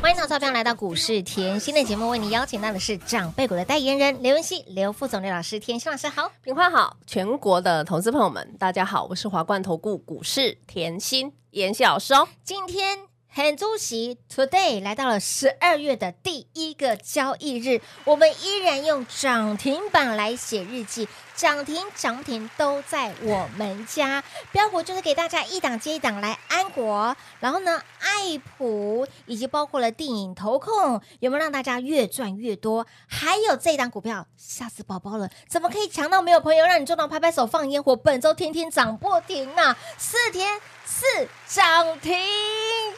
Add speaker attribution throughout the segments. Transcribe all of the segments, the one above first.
Speaker 1: 欢迎投资者朋友来到股市甜心的节目，为您邀请到的是长辈股的代言人刘文熙、刘副总、刘老师。甜心老师好，
Speaker 2: 平花好，全国的投资朋友们，大家好，我是华冠投顾股市甜心妍希老师哦。
Speaker 1: 今天很主席 today 来到了十二月的第一个交易日，我们依然用涨停板来写日记，涨停涨不停都在我们家。标股就是给大家一档接一档来安国，然后呢，爱普以及包括了电影投控，有没有让大家越赚越多？还有这一档股票吓死宝宝了，怎么可以强到没有朋友让你赚到拍拍手放烟火？本周天天涨不停啊，四天四涨停！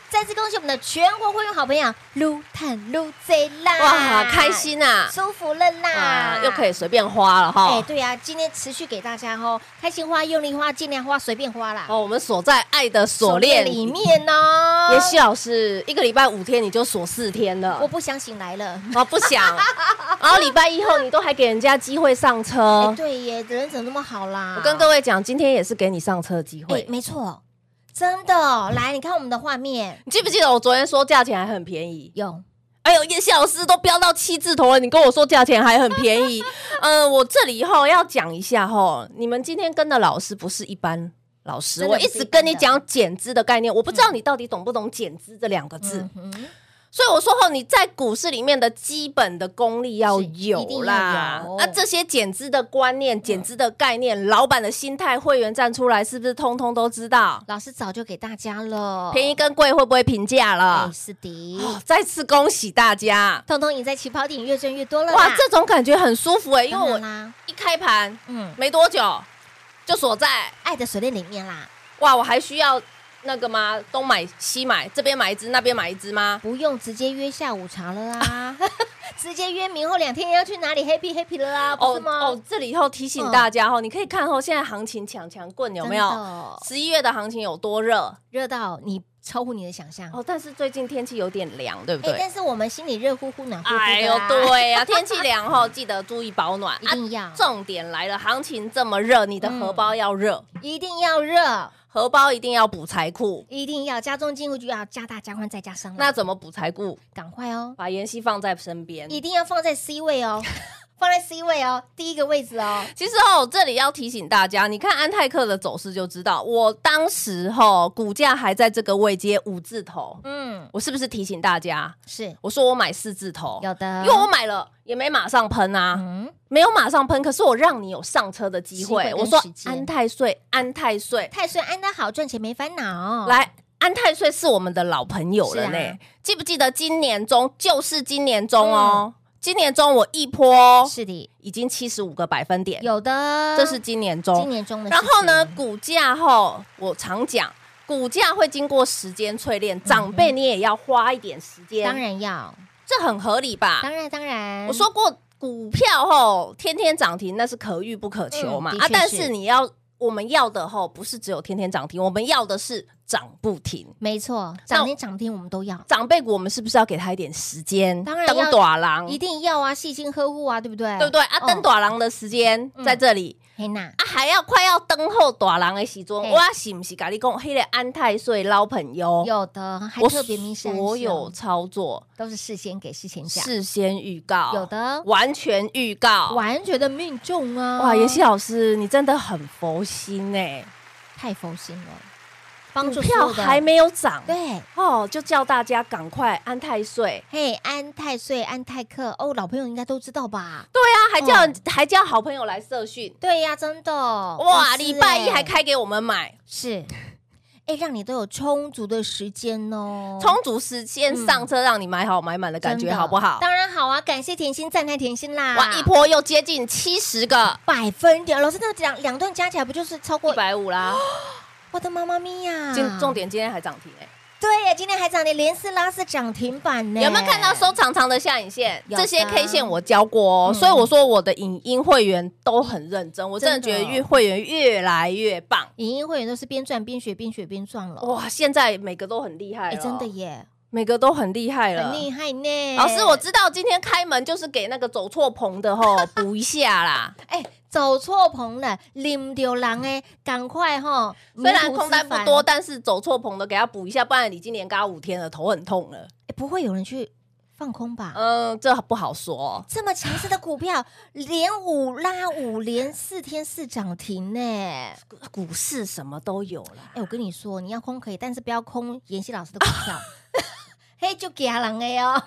Speaker 1: 再次恭喜我们的全国会员好朋友撸探撸贼啦！
Speaker 2: 哇，开心啊！
Speaker 1: 舒服了啦
Speaker 2: 哇，，又可以随便花了
Speaker 1: 哎、
Speaker 2: 哈。
Speaker 1: 对呀、啊，今天持续给大家哦，开心花、用力花、尽量花、随便花啦。
Speaker 2: 哦，我们锁在爱的锁链
Speaker 1: 里。面哦。
Speaker 2: 妍希老师，一个礼拜五天你就锁四天了
Speaker 1: 我，不相信来了。
Speaker 2: 我不 想。然后礼拜一后你都还给人家机会上
Speaker 1: 哎、
Speaker 2: 车，
Speaker 1: 对耶，人怎么那么好啦？
Speaker 2: 哦我跟各位讲，今天也是给你上车的机
Speaker 1: 哎、
Speaker 2: 会。
Speaker 1: 没错，真的。哦来，你看我们的画面，
Speaker 2: 你记不记得我昨天说价钱还很便宜？
Speaker 1: 有
Speaker 2: 哎呦，叶老师都飙到七字头了，你跟我说价钱还很便 宜。呃，我这里哈要讲一下哈，你们今天跟的老师不是一般老师，
Speaker 1: 真的
Speaker 2: 我
Speaker 1: 不是
Speaker 2: 一直跟你讲减资的概念，我不知道你到底懂不懂减资这两个字，
Speaker 1: 嗯哼
Speaker 2: 所以我说后你在股市里面的基本的功力要
Speaker 1: 是一定
Speaker 2: 有
Speaker 1: 要
Speaker 2: 啦
Speaker 1: 有。嗯
Speaker 2: 那这些减资的观念、减资的概念、老板的心态、会员站出来，是不是通通都知道？
Speaker 1: 老师早就给大家了，
Speaker 2: 便宜跟贵会不会评价
Speaker 1: 哦哎、
Speaker 2: 了？
Speaker 1: 是的，
Speaker 2: 哦，再次恭喜大家！
Speaker 1: 通通赢在起跑点，越赚越多了啦。
Speaker 2: 哇，这种感觉很舒服哎、因
Speaker 1: 当
Speaker 2: 为
Speaker 1: 然
Speaker 2: 我
Speaker 1: 啦，
Speaker 2: 一开盘
Speaker 1: 嗯，
Speaker 2: 没多久就锁在，
Speaker 1: 爱的锁链里面啦，
Speaker 2: 哇，我还需要那个吗？东买西买，这边买一只，那边买一只吗？
Speaker 1: 不用直接约下午茶了 啦，直接约明后两天要去哪里 happy happy 了啦，不是吗？
Speaker 2: 哦，这里后提醒大家哦，你可以看哦，现在行情抢强棍有没
Speaker 1: 真
Speaker 2: 有？
Speaker 1: 的
Speaker 2: 十一月的行情有多热
Speaker 1: 热到你超乎你的想象？
Speaker 2: 哦，但是最近天气有点凉，对不
Speaker 1: 哎、
Speaker 2: 对？
Speaker 1: 但是我们心里热乎乎、暖乎乎的、啊，
Speaker 2: 哎呦，，对呀、天气凉后 记得注意保暖啊
Speaker 1: 一定要，
Speaker 2: 重点来了，行情这么热，你的荷包要热，
Speaker 1: 一定要热，
Speaker 2: 荷包一定要补财库。
Speaker 1: 一定要家中进入就要加大、加宽、再加深了。
Speaker 2: 那怎么补财库？
Speaker 1: 赶快哦，
Speaker 2: 把妍希放在身边。
Speaker 1: 一定要放在 C 位哦， 放在 C 位哦，第一个位置哦。
Speaker 2: 其实哦，这里要提醒大家，你看安泰克的走势就知道，我当时哈、哦、股价还在这个位阶五字头，
Speaker 1: 嗯，
Speaker 2: 我是不是提醒大家？
Speaker 1: 是
Speaker 2: 我说我买四字头，
Speaker 1: 有的，
Speaker 2: 因为我买了也没马上喷啊，
Speaker 1: 嗯，
Speaker 2: 没有马上喷，可是我让你有上车的机会。
Speaker 1: 机会跟
Speaker 2: 我说
Speaker 1: 时间
Speaker 2: 安泰税，安泰税，
Speaker 1: 太岁安得好，赚钱没烦恼。，
Speaker 2: 来。安泰税是我们的老朋友了呢，
Speaker 1: 哦是啊
Speaker 2: 记不记得今年中就是今年中哦，今年中我一波、哦、
Speaker 1: 嗯是的，
Speaker 2: 已经七十五个百分点，
Speaker 1: 有的，
Speaker 2: 这是今年中，
Speaker 1: 嗯今年中的事
Speaker 2: 哦然
Speaker 1: 情。
Speaker 2: 后呢，股价吼，我常讲，股价会经过时间淬炼，长辈你也要花一点时间，
Speaker 1: 嗯当，然要，
Speaker 2: 这很合理吧？
Speaker 1: 当然当然，
Speaker 2: 啊我说过，股票吼天天涨停那是可遇不可求嘛、
Speaker 1: 嗯的
Speaker 2: 啊，
Speaker 1: 确
Speaker 2: 但
Speaker 1: 是
Speaker 2: 是你要我们要的吼，不是只有天天涨停，我们要的是涨不停。
Speaker 1: 没错，
Speaker 2: 那
Speaker 1: 涨停涨停我们都要，
Speaker 2: 长辈股，我们是不是要给他一点时间？
Speaker 1: 当然要
Speaker 2: 登短廊，
Speaker 1: 一
Speaker 2: 对
Speaker 1: 定要啊，细心呵护啊，对不对？
Speaker 2: 嗯不对啊？
Speaker 1: 嗯
Speaker 2: 登短廊的时间
Speaker 1: 嗯
Speaker 2: 在这里。
Speaker 1: 嘿娜，
Speaker 2: 啊，还要快要登后大人的时阵，
Speaker 1: 嘿
Speaker 2: 我是不是跟你讲，迄、个安泰税老朋友，
Speaker 1: 有的还
Speaker 2: 哦我
Speaker 1: 特别明示暗示哦，
Speaker 2: 所有操作
Speaker 1: 都是事先给事前讲，
Speaker 2: 事先预告，
Speaker 1: 有的
Speaker 2: 完全预告。
Speaker 1: 完全的命中啊！
Speaker 2: 哇，妍希老师，你真的很佛心哎、
Speaker 1: 太佛心了，帮
Speaker 2: 欸，
Speaker 1: 助
Speaker 2: 股
Speaker 1: 所有
Speaker 2: 票
Speaker 1: 的
Speaker 2: 还没有涨，
Speaker 1: 对。
Speaker 2: 哦，就叫大家赶快安泰税。
Speaker 1: 嘿，安泰岁、安泰克哦，老朋友应该都知道吧？
Speaker 2: 对啊，还叫、
Speaker 1: 嗯
Speaker 2: 还叫好朋友来社训，
Speaker 1: 哦对呀，真的
Speaker 2: 哇，
Speaker 1: 公司
Speaker 2: 礼拜一
Speaker 1: 欸
Speaker 2: 还开给我们买，
Speaker 1: 是。哎，让你都有充足的时间哦，嗯
Speaker 2: 充足时间上车，让你买好买满的感觉
Speaker 1: 真的
Speaker 2: 好不好？
Speaker 1: 当然好啊，感谢甜心，赞叹甜心啦！
Speaker 2: 哇，一波又接近七十个，
Speaker 1: 百分点，老师那两两段加起来不就是超过
Speaker 2: 一？百五 啦。
Speaker 1: 我的妈妈咪呀！
Speaker 2: 今重点今天还涨停哎、
Speaker 1: 对呀，今天还涨停，连四拉四涨停板呢，
Speaker 2: 有没有看到收长长的下影线？
Speaker 1: 有的
Speaker 2: 这些 K 线我教过哦，
Speaker 1: 嗯
Speaker 2: 所以我说我的影音会员都很认真，我真的
Speaker 1: 真
Speaker 2: 觉
Speaker 1: 的
Speaker 2: 得越会员越来越棒。
Speaker 1: 影音会员都是边赚边学边学边赚了，
Speaker 2: 哇，现在每个都很厉害
Speaker 1: 哎，
Speaker 2: 了，
Speaker 1: 真的，耶，
Speaker 2: 每个都很厉害了，
Speaker 1: 很厉害呢。
Speaker 2: 老师，我知道今天开门就是给那个走错棚的吼 补一下 啦。
Speaker 1: 哎走错棚了，领丢狼哎，赶快哈！
Speaker 2: 虽然
Speaker 1: 迷途
Speaker 2: 空
Speaker 1: 知
Speaker 2: 单不
Speaker 1: 返
Speaker 2: 多，，但是走错棚的给他补一下，不然你今年嘎五天了，头很痛了。
Speaker 1: 哎不会有人去放空吧？
Speaker 2: 嗯，这不好说。哦
Speaker 1: 这么强势的股票，连五拉五，连四天四涨停呢！哎，
Speaker 2: 股市什么都有啦，
Speaker 1: 我跟你说，你要空可以，但是不要空妍希老师的股票。 嘿，就给他哦狼了哟！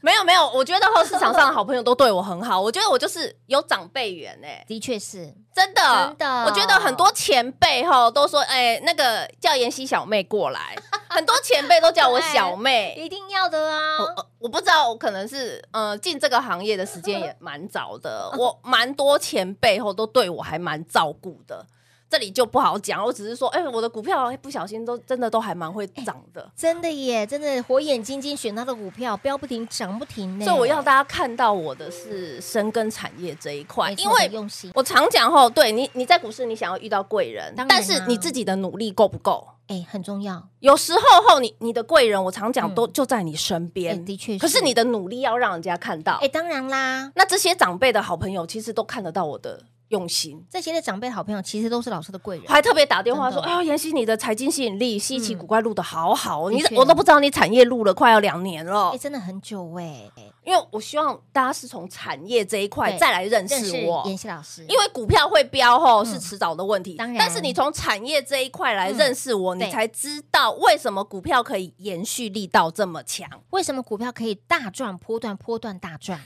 Speaker 2: 没有没有，我觉得后市场上的好朋友都对我很好，我觉得我就是有长辈缘哎、
Speaker 1: 的确是，
Speaker 2: 真的
Speaker 1: 真的
Speaker 2: 我觉得很多前辈吼都说，哎、那个叫妍希小妹 过来，很多前辈都叫我小妹，
Speaker 1: 一定要的啊！
Speaker 2: 我我我不知道，我可能是呃进这个行业的时间也蛮早的，
Speaker 1: 嗯
Speaker 2: 我蛮多前辈后都对我还蛮照顾的，这里就不好讲。我只是说，哎、我的股票哎不小心都真的都还蛮会涨的，
Speaker 1: 真的耶，真的火眼金睛选到的股票，飙不停，涨不停呢。
Speaker 2: 所以我要大家看到我的是深耕产业这一块，
Speaker 1: 没错
Speaker 2: 因为
Speaker 1: 很用心。
Speaker 2: 我常讲吼，对你你在股市你想要遇到贵人，
Speaker 1: 当然啊
Speaker 2: 但是你自己的努力够不够？
Speaker 1: 哎、很重要。
Speaker 2: 有时候后你你的贵人，我常讲都就在你身
Speaker 1: 嗯哎、
Speaker 2: 边，
Speaker 1: 的确是。
Speaker 2: 可是你的努力要让人家看到
Speaker 1: 哎、。当然啦，
Speaker 2: 那这些长辈的好朋友，其实都看得到我的用心，
Speaker 1: 这些的长辈好朋友其实都是老师的贵人。
Speaker 2: 还特别打电话说：“
Speaker 1: 真
Speaker 2: 哎呦，妍希，你的财经吸引力、稀奇
Speaker 1: 嗯
Speaker 2: 古怪录的好好哦，
Speaker 1: 的
Speaker 2: 你
Speaker 1: 确
Speaker 2: 我都不知道你产业录了快要两年
Speaker 1: 嗯
Speaker 2: 了
Speaker 1: 哎、。真的很久哎、
Speaker 2: 因为我希望大家是从产业这一块
Speaker 1: 对
Speaker 2: 再来认
Speaker 1: 认识
Speaker 2: 识我，
Speaker 1: 妍希老师，
Speaker 2: 因为股票会飙吼
Speaker 1: 嗯
Speaker 2: 是迟早的问题，
Speaker 1: 当然
Speaker 2: 但是你从产业这一块来认识我，
Speaker 1: 嗯对
Speaker 2: 你才知道为什么股票可以延续力道这么强。
Speaker 1: 为什么股票可以大赚、波段、波段大赚，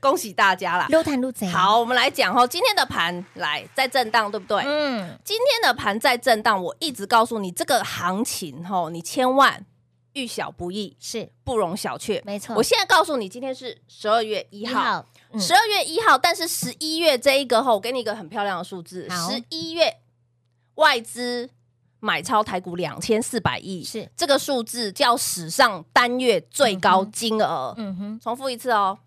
Speaker 2: 恭喜大家啦！
Speaker 1: 撸探撸贼？，
Speaker 2: 啊好，我们来讲吼今天的盘来在震荡，对不对？
Speaker 1: 嗯，
Speaker 2: 今天的盘在震荡，我一直告诉你，这个行情吼，你千万遇小不易，
Speaker 1: 是
Speaker 2: 不容小觑。
Speaker 1: 没错。
Speaker 2: 我现在告诉你，今天是十二月一
Speaker 1: 一
Speaker 2: 号，
Speaker 1: 号，嗯
Speaker 2: 十二、月一号，但是十一月这一个吼，我给你一个很漂亮的数字，
Speaker 1: 好
Speaker 2: 十一月外资买超台股两千四百亿，
Speaker 1: 是，
Speaker 2: 这个数字叫史上单月最高金额。
Speaker 1: 嗯哼，
Speaker 2: 重复一次哦。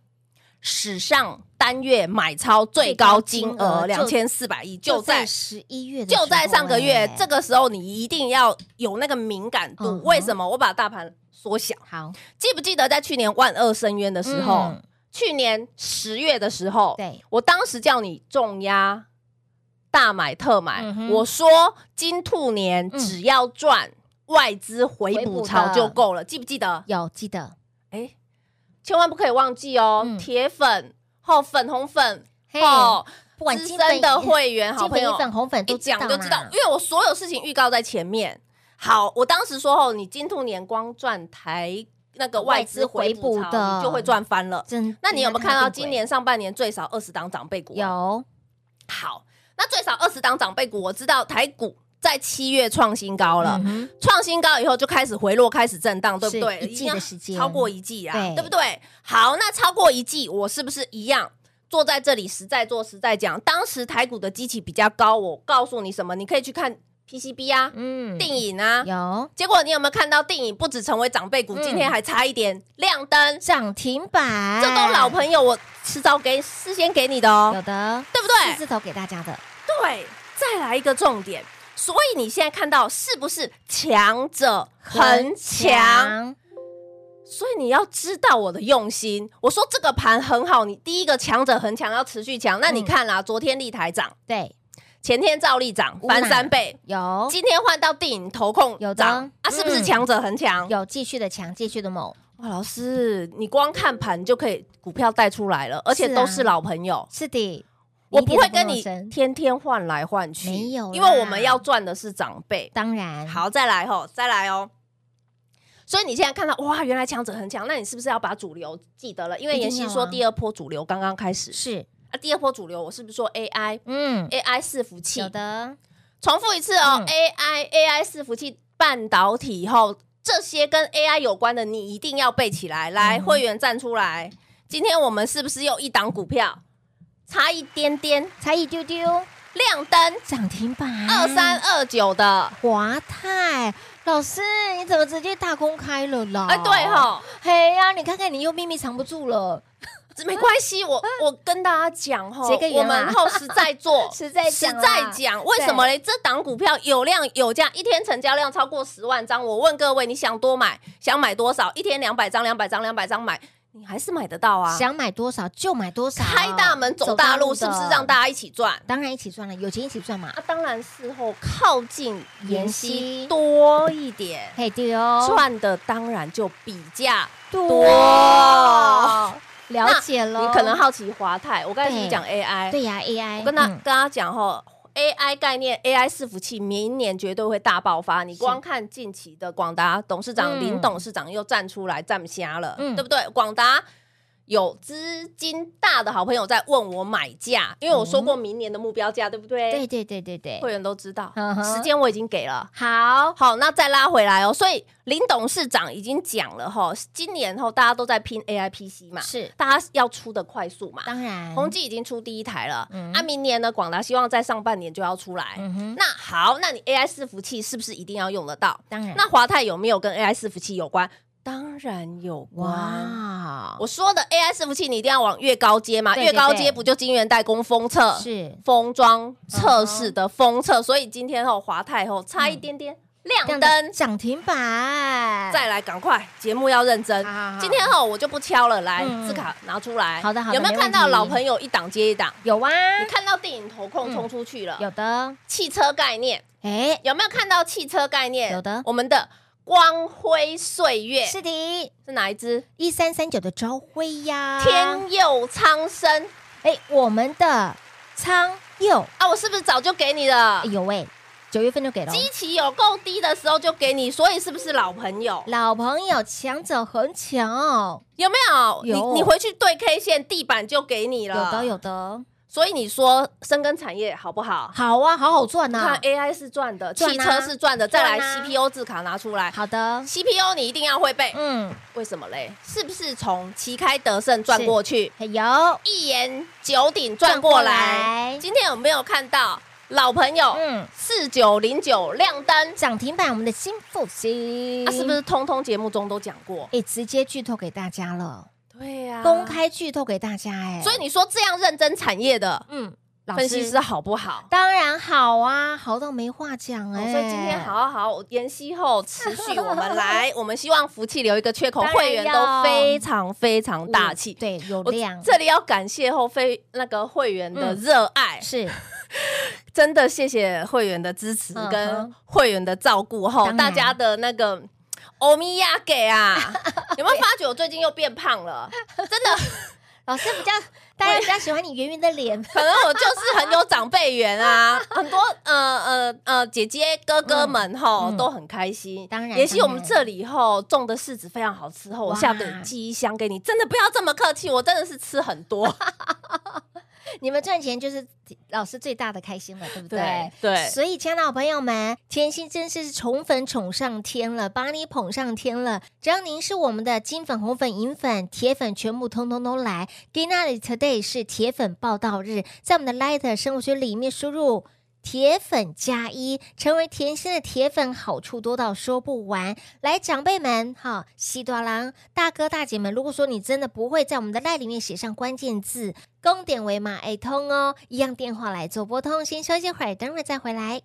Speaker 2: 史上单月买超最高金额
Speaker 1: 最高
Speaker 2: 两
Speaker 1: 金
Speaker 2: 千四百亿，就在
Speaker 1: 十一月的时候
Speaker 2: 就
Speaker 1: 哎，
Speaker 2: 在上个月，这个时候你一定要有那个敏感度。
Speaker 1: 嗯哼
Speaker 2: 为什么我把大盘缩小？
Speaker 1: 好
Speaker 2: 记不记得在去年万恶深渊的时候，
Speaker 1: 嗯
Speaker 2: 去年十月的时候，
Speaker 1: 对，
Speaker 2: 我当时叫你重压、大买特买，
Speaker 1: 嗯哼
Speaker 2: 我说金兔年
Speaker 1: 嗯
Speaker 2: 只要赚外资回
Speaker 1: 回补
Speaker 2: 补
Speaker 1: 的
Speaker 2: 潮就够
Speaker 1: 嗯
Speaker 2: 了，记不记得？
Speaker 1: 有记得，
Speaker 2: 哎，千万不可以忘记哦，
Speaker 1: 嗯
Speaker 2: 铁粉。后粉红粉
Speaker 1: 嘿，
Speaker 2: 哦，
Speaker 1: 不管
Speaker 2: 资
Speaker 1: 金
Speaker 2: 深的
Speaker 1: 粉
Speaker 2: 会员好
Speaker 1: 金
Speaker 2: 朋
Speaker 1: 粉、
Speaker 2: 友
Speaker 1: 银，粉、红粉
Speaker 2: 一
Speaker 1: 都
Speaker 2: 讲就知道
Speaker 1: 嘛，
Speaker 2: 因为我所有事情预告在前面。好，我当时说哦，你金兔年光赚台那个外资回补
Speaker 1: 外资回补的
Speaker 2: 的，你就会赚翻了。
Speaker 1: 真。
Speaker 2: 那你有没有看到今
Speaker 1: 定
Speaker 2: 年上半年最少二十档长辈股？啊
Speaker 1: 位有？
Speaker 2: 好，那最少二十档长辈股，我知道台股在七月创新高了。
Speaker 1: 嗯哼
Speaker 2: 创新高以后就开始回落，开始震荡，对不对？
Speaker 1: 是一季的时间
Speaker 2: 一定要超过一季啊，
Speaker 1: 对
Speaker 2: 对不对？好，那超过一季，我是不是一样坐在这里实在做实在讲？当时台股的基期比较高，我告诉你什么，你可以去看 PCB 啊、
Speaker 1: 嗯
Speaker 2: 电影啊。
Speaker 1: 有
Speaker 2: 结果你有没有看到电影不止成为长辈股，
Speaker 1: 嗯
Speaker 2: 今天还差一点亮灯？
Speaker 1: 涨停板，
Speaker 2: 这都老朋友，我迟早给事先给你的哦
Speaker 1: 有，的，
Speaker 2: 对不对
Speaker 1: 四？字头给大家的，
Speaker 2: 对，再来一个重点。所以你现在看到是不是强者很强？，所以你要知道我的用心。我说这个盘很好，你第一个强者很强，要持续
Speaker 1: 嗯
Speaker 2: 强。那你看啦，昨天立台涨，
Speaker 1: 对，
Speaker 2: 前天照例涨
Speaker 1: 乌马
Speaker 2: 翻三倍，
Speaker 1: 有
Speaker 2: 今天换到电影投控
Speaker 1: 哦有的
Speaker 2: 涨啊，是不是
Speaker 1: 嗯
Speaker 2: 强者很强？
Speaker 1: 有继续的强，继续的猛，
Speaker 2: 哇，老师，你光看盘就可以股票带出来了，而且
Speaker 1: 是啊
Speaker 2: 都是老朋友。
Speaker 1: 是的，
Speaker 2: 我
Speaker 1: 一
Speaker 2: 不
Speaker 1: 点都
Speaker 2: 会跟
Speaker 1: 陌
Speaker 2: 你
Speaker 1: 生
Speaker 2: 天天换来换去，
Speaker 1: 没有啦
Speaker 2: 因为我们要赚的是长辈。
Speaker 1: 当然，
Speaker 2: 好，再来吼，再来哦。所以你现在看到哇，原来强者很强，那你是不是要把主流记得了？因为
Speaker 1: 一定
Speaker 2: 妍
Speaker 1: 要
Speaker 2: 希说
Speaker 1: 啊
Speaker 2: 第二波主流刚刚开始
Speaker 1: 是，
Speaker 2: 啊，第二波主流我是不是说 AI？AI
Speaker 1: 嗯，
Speaker 2: 伺服器
Speaker 1: 有，的，
Speaker 2: 重复一次哦
Speaker 1: 嗯
Speaker 2: ，AI AI 伺服器半导体以后，这些跟 AI 有关的，你一定要背起来。
Speaker 1: 嗯
Speaker 2: 来，会员站出来，今天我们是不是又一档股票差一点点
Speaker 1: 才一丢丢
Speaker 2: 亮灯
Speaker 1: 涨停板
Speaker 2: 二
Speaker 1: 嗯
Speaker 2: 三二九
Speaker 1: 哦
Speaker 2: 的？
Speaker 1: 华泰老师，你怎么直接大公开了啦？
Speaker 2: 哎，对，哈，
Speaker 1: 嘿呀、你看看你又秘密藏不住了，
Speaker 2: 这没关系，我我跟大家讲哈，
Speaker 1: 结个
Speaker 2: 我
Speaker 1: 缘啦，
Speaker 2: 们后实在做
Speaker 1: 实在
Speaker 2: 啊 实
Speaker 1: 讲啦
Speaker 2: 在讲，啊为什么嘞？这档股票有量有价，一天成交量超过十万张。我问各位，你想多买，想买多少？一天两百张，两百张，两百张买，你还是买得到啊！
Speaker 1: 想买多少就买多少，
Speaker 2: 开大门啊走大路，是
Speaker 1: 走
Speaker 2: 不是
Speaker 1: 的
Speaker 2: 让大家一起赚？
Speaker 1: 当然一起赚了，有钱一起赚嘛。
Speaker 2: 啊，当然事后靠近
Speaker 1: 妍
Speaker 2: 妍
Speaker 1: 希
Speaker 2: 希多一点，
Speaker 1: 嘿，对哦，
Speaker 2: 赚的当然就比价多。
Speaker 1: 哦了解了。
Speaker 2: 你可能好奇华泰，我刚才是不是
Speaker 1: 对
Speaker 2: 讲 AI？
Speaker 1: 对呀，AI，
Speaker 2: 我跟他、
Speaker 1: 嗯
Speaker 2: 跟他讲吼 AI 概念，AI 伺服器明年绝对会大爆发。你光看近期的广达董事
Speaker 1: 嗯
Speaker 2: 长、林董事长又站出来站瞎了，
Speaker 1: 嗯
Speaker 2: 对不对？广达有资金大的好朋友在问我买价，因为我说过明年的目标价，对不
Speaker 1: 嗯
Speaker 2: 对？
Speaker 1: 对对对对对，
Speaker 2: 会员都知道
Speaker 1: 嗯哼，
Speaker 2: 时间我已经给了。
Speaker 1: 好，
Speaker 2: 好，那再拉回来哦。所以林董事长已经讲了哈，今年后大家都在拼 AIPC 嘛，
Speaker 1: 是
Speaker 2: 大家要出的快速嘛，
Speaker 1: 当然，
Speaker 2: 宏基已经出第一台了，
Speaker 1: 嗯
Speaker 2: 啊，明年呢，广达希望在上半年就要出来。
Speaker 1: 嗯哼，
Speaker 2: 那好，那你 AI 伺服器是不是一定要用得到？
Speaker 1: 当然，
Speaker 2: 那华泰有没有跟 AI 伺服器有关？当然有关。
Speaker 1: 哇，
Speaker 2: 我说的 AI 伺服器，你一定要往越高阶嘛，
Speaker 1: 对
Speaker 2: 越高
Speaker 1: 对对
Speaker 2: 阶不就晶圆代工封测、
Speaker 1: 是嗯
Speaker 2: 封装测试的封测？所以今天后华泰后差一点点亮灯，
Speaker 1: 涨停板，
Speaker 2: 再来赶快，节目要认真
Speaker 1: 好好好。
Speaker 2: 今天后我就不敲了，来
Speaker 1: 嗯嗯
Speaker 2: 字卡拿出来。
Speaker 1: 好的好的
Speaker 2: 有没
Speaker 1: 没问
Speaker 2: 有看到
Speaker 1: 题
Speaker 2: 老朋友一档接一档？
Speaker 1: 有啊，
Speaker 2: 你看到电影投控冲出去了，
Speaker 1: 嗯有的，
Speaker 2: 汽车概念
Speaker 1: 哎，
Speaker 2: 有没有看到汽车概念？
Speaker 1: 有的
Speaker 2: 我们的光辉岁月是
Speaker 1: 是的，
Speaker 2: 哪一只？
Speaker 1: 一三三九的朝晖呀，
Speaker 2: 天佑苍生
Speaker 1: 哎，我们的苍佑，
Speaker 2: 啊！我是不是早就给你了
Speaker 1: 哎？呦喂，九月份就给了哦。
Speaker 2: 基期有够低的时候就给你，所以是不是老朋友？
Speaker 1: 老朋友抢走很抢哦，
Speaker 2: 有没有？
Speaker 1: 有
Speaker 2: 你你回去对 K 线地板就给你
Speaker 1: 有
Speaker 2: 了。
Speaker 1: 的有。的，
Speaker 2: 所以你说深耕产业好不好？
Speaker 1: 好啊，好好赚
Speaker 2: 你
Speaker 1: 呐
Speaker 2: 看。AI 是赚的，
Speaker 1: 赚啊
Speaker 2: 汽车是赚的，再来
Speaker 1: 赚啊
Speaker 2: CPU 字卡拿出来
Speaker 1: 好的，
Speaker 2: ，CPU 你一定要会背。
Speaker 1: 嗯，
Speaker 2: 为什么嘞？是不是从旗开得胜转过去，
Speaker 1: 还有，
Speaker 2: 一言九鼎
Speaker 1: 转
Speaker 2: 转过
Speaker 1: 过
Speaker 2: 来
Speaker 1: 来？
Speaker 2: 今天有没有看到老朋友
Speaker 1: 嗯，
Speaker 2: 四九零九亮灯？
Speaker 1: 涨停板我们的新复兴，
Speaker 2: 啊，是不是？通通节目中都讲过？
Speaker 1: 哎，直接剧透给大家了，
Speaker 2: 对呀
Speaker 1: 公。开剧透给大家，哎，
Speaker 2: 啊所以，你说这样认真产业的
Speaker 1: 嗯，老
Speaker 2: 分析
Speaker 1: 师
Speaker 2: 师好不好？
Speaker 1: 当然好啊，好到没话讲
Speaker 2: 哦
Speaker 1: 哎。
Speaker 2: 所以今天好好好，妍希后持续我 们来，我们希望福气留一个缺口，会员
Speaker 1: 当然要
Speaker 2: 都非常非常
Speaker 1: 嗯
Speaker 2: 大气。
Speaker 1: 对，有
Speaker 2: 我
Speaker 1: 量，
Speaker 2: 这里要感谢后非那个会员的
Speaker 1: 嗯
Speaker 2: 热爱，
Speaker 1: 是
Speaker 2: 真的谢谢会员的支持
Speaker 1: 嗯哼
Speaker 2: 跟会员的照顾吼，
Speaker 1: 当然
Speaker 2: 大家的那个欧米亚给啊， 有没有发觉我最近又变胖了？
Speaker 1: 老师比较，大家比较喜欢你圆圆的脸，
Speaker 2: 可能我就是很有长辈缘 啊，很多呃呃呃姐姐哥哥们吼、
Speaker 1: 嗯
Speaker 2: 都很开心。
Speaker 1: 当然
Speaker 2: 也许我们
Speaker 1: 当然
Speaker 2: 这里吼种的柿子非常好吃吼，我
Speaker 1: 哇
Speaker 2: 下个寄一箱给你，真的不要这么客气，我真的是吃很 多。
Speaker 1: 你们赚钱就是老师最大的开心了，对不对？
Speaker 2: 对，
Speaker 1: 所以，亲爱的好朋友们，甜心真是宠粉宠上天了，把你捧上天了。只要您是我们的金粉、红粉、银粉、铁粉，全部通通都来。g i n a Today 是铁粉报道日，在我们的 Light 生活圈里面输入。铁粉加一，成为甜心的铁粉，好处多到说不完。来，长辈们，哈，西多郎大哥大姐们，如果说你真的不会在我们的赖里面写上关键字“公点为马 A 通”哦，一样电话来做拨通。先休息会儿，等会儿再回来。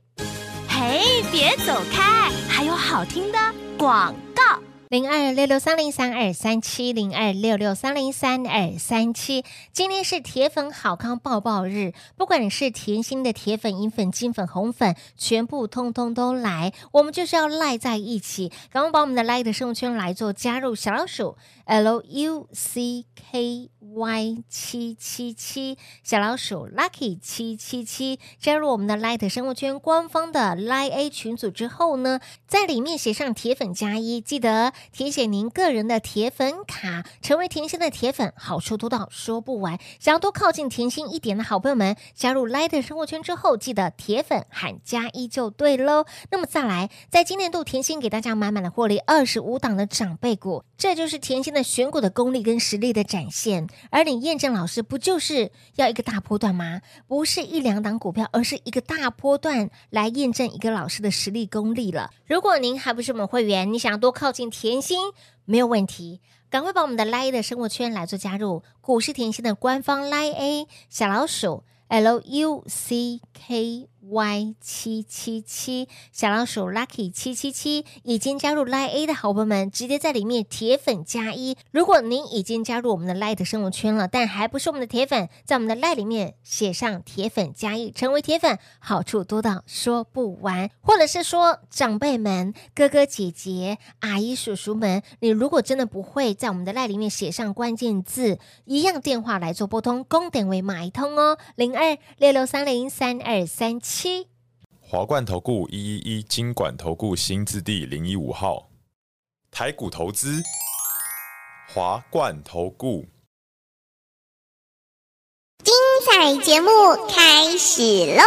Speaker 3: 嘿，别走开，还有好听的广告。
Speaker 1: 零二六六三零三二三七零二六六三零三二三七，今天是铁粉好康抱抱日，不管你是甜心的铁粉、银粉、金粉、红粉，全部通通都来，我们就是要赖在一起，赶快把我们的赖的生活圈来做加入小老鼠 L U C K Y 七七七，小老鼠 Lucky 七七七，加入我们的 Light 生活圈官方的 Line A 群组之后呢，在里面写上铁粉加一，记得填写您个人的铁粉卡，成为甜心的铁粉，好处多到说不完。想要多靠近甜心一点的好朋友们，加入 Light 生活圈之后，记得铁粉喊加一就对喽。那么再来，在今年度甜心给大家满满的获利二十五档的长辈股，这就是甜心的选股的功力跟实力的展现。而你验证老师不就是要一个大波段吗？不是一两档股票，而是一个大波段来验证一个老师的实力功力了。如果您还不是我们会员，你想多靠近甜心，没有问题。赶快把我们的 Line 的生活圈来做加入，股市甜心的官方 Line A 小老鼠 L U C K Y 七七七，小老鼠 Lucky 七七七，已经加入 Line A 的好朋友们，直接在里面铁粉加一。如果您已经加入我们的 Line 的生活圈了，但还不是我们的铁粉，在我们的 Line 里面写上铁粉加一，成为铁粉，好处多到说不完。或者是说，长辈们、哥哥姐姐、阿姨叔叔们，你如果真的不会，在我们的 Line 里面写上关键字，一样电话来做拨通，公点为买通哦，零二六六三零三二三七。
Speaker 4: 华冠投顾一一一金管投顾新字第零一五号，台股投资，华冠投顾。
Speaker 5: 彩节目开始喽！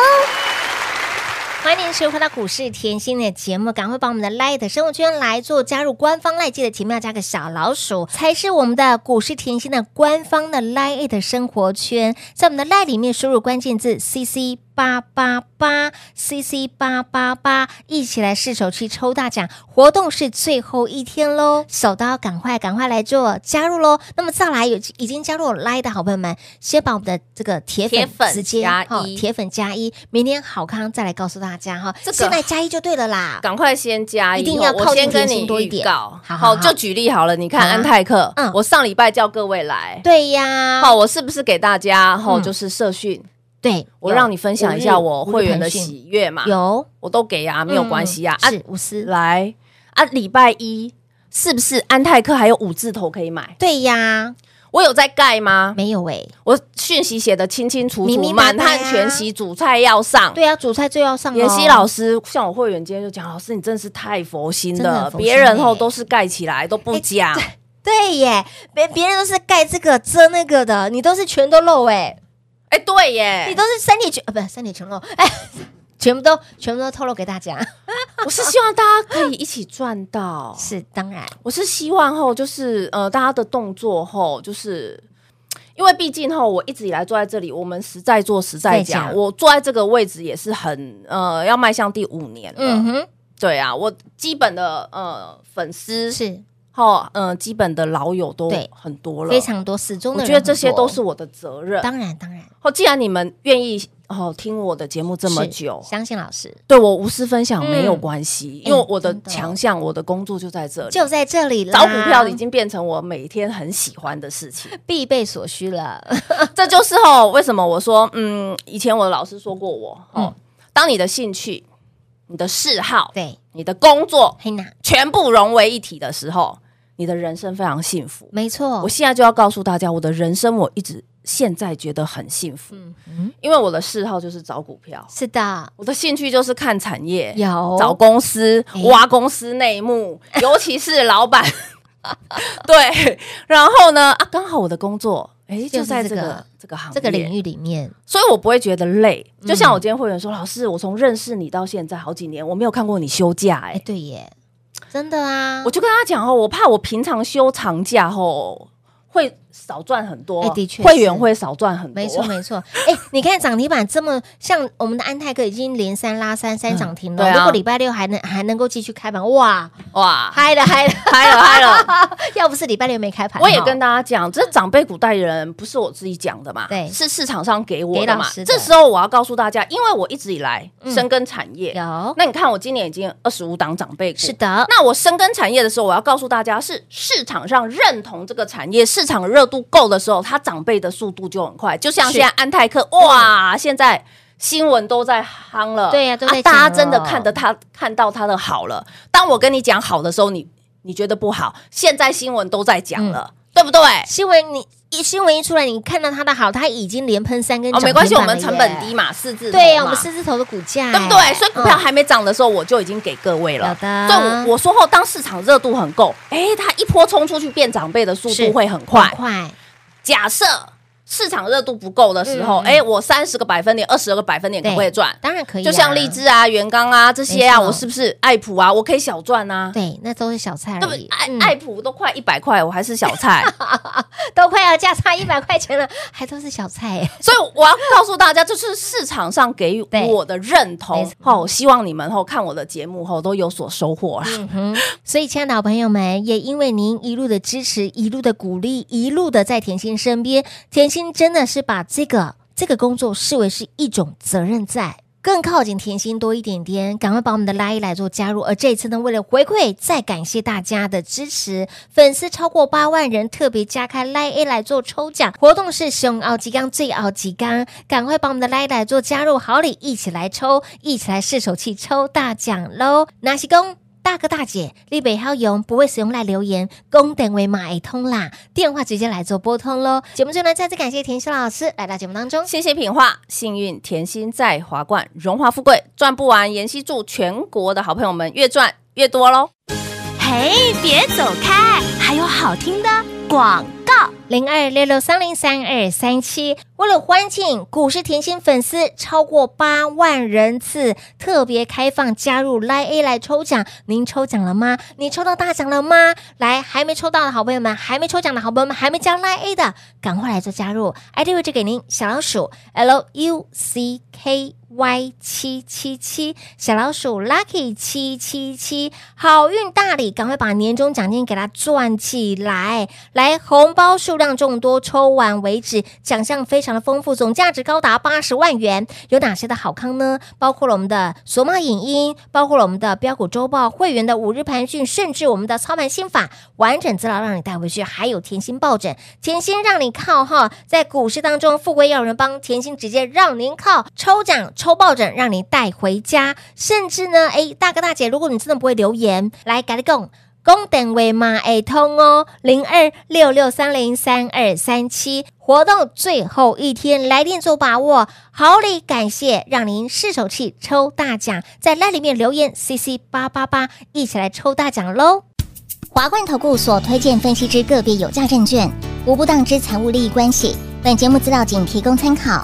Speaker 1: 欢迎您收回到股市甜心的节目，赶快把我们的 Light 生活圈来做加入官方 Light，记得前面要加个小老鼠，才是我们的股市甜心的官方的 Light 生活圈。在我们的 Light 里面输入关键字 CC 八八八 CC 八八八，一起来试手去抽大奖，活动是最后一天喽，手刀赶快赶快来做加入喽！那么再来有已经加入我 Light 的好朋友们，先把我们的这个铁
Speaker 2: 铁
Speaker 1: 粉
Speaker 2: 粉
Speaker 1: 直接
Speaker 2: 加
Speaker 1: 哦
Speaker 2: 一
Speaker 1: 铁粉加一，明天好康再来告诉大家哈。
Speaker 2: 这个
Speaker 1: 现在加一就对了啦。
Speaker 2: 赶快先加一，
Speaker 1: 一定要
Speaker 2: 我
Speaker 1: 靠近
Speaker 2: 先
Speaker 1: 甜
Speaker 2: 跟
Speaker 1: 心
Speaker 2: 你
Speaker 1: 多一点
Speaker 2: 预告
Speaker 1: 好好好
Speaker 2: 好，就举例好了。你
Speaker 1: 好
Speaker 2: 看
Speaker 1: 啊
Speaker 2: 安泰克
Speaker 1: 嗯，
Speaker 2: 我上礼拜叫各位来，
Speaker 1: 对呀，
Speaker 2: 好，我是不是给大家吼
Speaker 1: 嗯
Speaker 2: 就是社训，
Speaker 1: 对，
Speaker 2: 我
Speaker 1: 有
Speaker 2: 让你分享一
Speaker 1: 五
Speaker 2: 下
Speaker 1: 日
Speaker 2: 我
Speaker 1: 五日
Speaker 2: 会员的
Speaker 1: 培训
Speaker 2: 喜悦嘛？
Speaker 1: 有
Speaker 2: 我都给啊，没有
Speaker 1: 嗯
Speaker 2: 关系啊。啊，
Speaker 1: 是无私，
Speaker 2: 来啊，礼拜一是不是安泰克还有五字头可以买？
Speaker 1: 对呀，
Speaker 2: 我有在盖吗？
Speaker 1: 没有哎，
Speaker 2: 我讯息写的清清楚
Speaker 1: 明
Speaker 2: 楚，
Speaker 1: 明白
Speaker 2: 满
Speaker 1: 白啊
Speaker 2: 汉全席，主菜要上。
Speaker 1: 对呀，啊主菜最要上
Speaker 2: 妍希
Speaker 1: 哦
Speaker 2: 老师，像我会员今天就讲，老师你真是太佛心
Speaker 1: 真的
Speaker 2: 了
Speaker 1: 很，佛心
Speaker 2: 别人
Speaker 1: 欸
Speaker 2: 后都是盖起来都不讲，
Speaker 1: 对耶，别别人都是盖这个遮那个的，你都是全都漏哎，
Speaker 2: 哎，对
Speaker 1: 你
Speaker 2: 耶，
Speaker 1: 都是三点全啊，不三点全漏哎。 全部都全部都透露给大家，
Speaker 2: 我是希望大家可以一起赚到，
Speaker 1: 是当然，
Speaker 2: 我 是希望后就是呃，大家的动作后就是。因为毕竟哈，我一直以来坐在这里，我们实在做实在
Speaker 1: 在
Speaker 2: 讲，
Speaker 1: 讲
Speaker 2: 我坐在这个位置也是很呃，要迈向第五年了。
Speaker 1: 嗯哼，
Speaker 2: 对啊，我基本的呃粉丝
Speaker 1: 是
Speaker 2: 哈，嗯、基本的老友都
Speaker 1: 对
Speaker 2: 很多了，
Speaker 1: 非。常多，始终
Speaker 2: 我
Speaker 1: 的人
Speaker 2: 觉得这些
Speaker 1: 很多
Speaker 2: 都是我的责任。
Speaker 1: 当然当然
Speaker 2: 哦，既然你们愿意哦听我的节目这么
Speaker 1: 是
Speaker 2: 久，
Speaker 1: 相信老师
Speaker 2: 对我无私分享没有
Speaker 1: 嗯
Speaker 2: 关系，
Speaker 1: 哎
Speaker 2: 因为我的
Speaker 1: 真的
Speaker 2: 强项、我的工作就在这里。
Speaker 1: 就在这里啦，
Speaker 2: 找股票已经变成我每天很喜欢的事情，
Speaker 1: 必备所需了，
Speaker 2: 这就是哦，为什么我说，嗯，以前我的老师说过我，哦，当你的兴趣、你的嗜好、
Speaker 1: 对，
Speaker 2: 你的工作
Speaker 1: 黑娜，
Speaker 2: 全部融为一体的时候，你的人生非常幸福。
Speaker 1: 没错
Speaker 2: 我，现在就要告诉大家，我的人生我一直现在觉得很幸福，因为我的嗜好就是找股票，
Speaker 1: 是的，
Speaker 2: 我的兴趣就是看产业，
Speaker 1: 有
Speaker 2: 找公司
Speaker 1: 哎，
Speaker 2: 挖公司内幕，尤其是老板。 对，然后呢啊，刚好我的工作。哎，
Speaker 1: 就
Speaker 2: 就是在这
Speaker 1: 这
Speaker 2: 个
Speaker 1: 个
Speaker 2: 这个行
Speaker 1: 这个领
Speaker 2: 域，
Speaker 1: 域里嗯面，
Speaker 2: 所以我不会觉得累。就像我今天会员说，老师，我从认识你到现在好几年，我没有看过你休假，
Speaker 1: 哎，
Speaker 2: 哎，
Speaker 1: 对耶，真的啊，
Speaker 2: 我就跟他讲哦，我怕我平常休长假哦，会少赚很多，
Speaker 1: 哎的确
Speaker 2: 会
Speaker 1: 是
Speaker 2: 员会少赚很多，
Speaker 1: 没错没错，哎，你看涨停板这么像我们的安泰克已经连三拉三三涨停
Speaker 2: 对
Speaker 1: 了，
Speaker 2: 啊
Speaker 1: 如果礼拜六还能还能够继续开盘，哇，
Speaker 2: 哇，
Speaker 1: 嗨了嗨了，
Speaker 2: 嗨了嗨了！
Speaker 1: 要不是礼拜六没开盘，
Speaker 2: 我也
Speaker 1: 哈
Speaker 2: 跟大家讲，这长辈股代言人不是我自己讲的嘛，
Speaker 1: 对
Speaker 2: 是市场上给我
Speaker 1: 给
Speaker 2: 的
Speaker 1: 老
Speaker 2: 嘛
Speaker 1: 师的。
Speaker 2: 这时候我要告诉大家，因为我一直以来深耕产业，
Speaker 1: 有，
Speaker 2: 那你嗯看我今年已经二十五档长辈股，
Speaker 1: 是。的，
Speaker 2: 那我深耕产业的时候，我要告诉大家，是市场上认同这个产业，市场热度够的时候，它长辈的速度就很快。就像
Speaker 1: 是
Speaker 2: 现在安泰克，哇，现在新闻都在夯了，
Speaker 1: 对呀都在讲
Speaker 2: 大家
Speaker 1: 了
Speaker 2: 真的看得他看到他的
Speaker 1: 嗯
Speaker 2: 好了。当我跟你讲好的时候，你你觉得不好，现在新闻都在讲了。对不对？
Speaker 1: 新闻你一新闻一出来，你看到它的好，它已经连喷三根
Speaker 2: 哦，
Speaker 1: 涨停板了耶，
Speaker 2: 没关系，我们成本低嘛，四字头
Speaker 1: 对呀，
Speaker 2: 嘛
Speaker 1: 我们四字头的股价，
Speaker 2: 对不对？所以股票
Speaker 1: 嗯
Speaker 2: 还没涨的时候，我就已经给各位了。
Speaker 1: 有的
Speaker 2: 所以我我说后，当市场热度很够，哎，它一波冲出去变长辈的速
Speaker 1: 是
Speaker 2: 度会很快
Speaker 1: 很。快，
Speaker 2: 假设市场热度不够的时候，
Speaker 1: 嗯嗯
Speaker 2: 哎、我三十个百分点、二十个百分点可不可以赚？
Speaker 1: 当然可以啊，
Speaker 2: 就像荔枝啊、元刚啊这些啊，
Speaker 1: 没错
Speaker 2: 我是不是爱普啊？我可以小赚啊，
Speaker 1: 对，那都是小菜
Speaker 2: 对不
Speaker 1: 而
Speaker 2: 对哎
Speaker 1: 已？，
Speaker 2: 爱、
Speaker 1: 嗯
Speaker 2: 爱普都快一百块，我还是小 菜，
Speaker 1: 都快要价差一百块钱了，还都是小菜哎耶，
Speaker 2: 所以我要告诉大家，这是市场上给予
Speaker 1: 对
Speaker 2: 我的认
Speaker 1: 没
Speaker 2: 同
Speaker 1: 错。
Speaker 2: 哦，希望你们后看我的节目后都有所收获啦。
Speaker 1: 嗯哼，所以，亲爱的好朋友们，也因为您一路的支持、一路的鼓励、一路的在甜心身边，甜心真的是把这个这个工作视为是一种责任在。更靠近甜心多一点点，赶快把我们的拉一来做加入。而这一次呢，为了回馈，再感谢大家的支持，粉丝超过八万人，特别加开 Line A 来做抽奖活动，是熊奥吉刚最奥吉刚，赶快把我们的 Line 来做加入，好礼一起来抽，一起来试手气抽大奖喽！拿西工。大哥大姐，立北好用，不会使用来留言，公等为马通啦，电话直接来做拨通喽。节目最后呢，再次感谢田心老师来到节目当中。
Speaker 2: 谢谢品画，幸运甜心在华冠，荣华富贵赚不完。妍希祝全国的好朋友们越赚越多喽！
Speaker 3: 嘿，别走开，还有好听的广告。
Speaker 1: 零二六六三零三二三七。为了欢庆股市甜心粉丝超过八万人次，特别开放加入 Line A 来抽奖。您抽奖了吗？你抽到大奖了吗？来，还没抽到的好朋友们，还没抽奖的好朋友们，还没加 Line A 的，赶快来做加入！ID 位置给您，小老鼠 L U C K。Y 七七七小老鼠 Lucky 七七七，好运大礼，赶快把年终奖金给它赚起来！来，红包数量众多，抽完为止，奖项非常的丰富，总价值高达八十万元。有哪些的好康呢？包括了我们的索马影音，包括了我们的标股周报会员的五日盘讯，甚至我们的操盘心法完整资料让你带回去，还有甜心抱枕，甜心让你靠哈，在股市当中富贵要有人帮，甜心直接让您靠抽奖抽抱枕，让你带回家，甚至呢，哎，大哥大姐，如果你真的不会留言，来改你讲。公等位嘛，哎通哦，零二六六三零三二三七，活动最后一天，来电做把握，好礼感谢，让您试手气抽大奖，在 line 里面留言 CC 八八八，一起来抽大奖喽！
Speaker 5: 华冠投顾所推荐分析之个别有价证券，无不当之财务利益关系。本节目资料仅提供参考，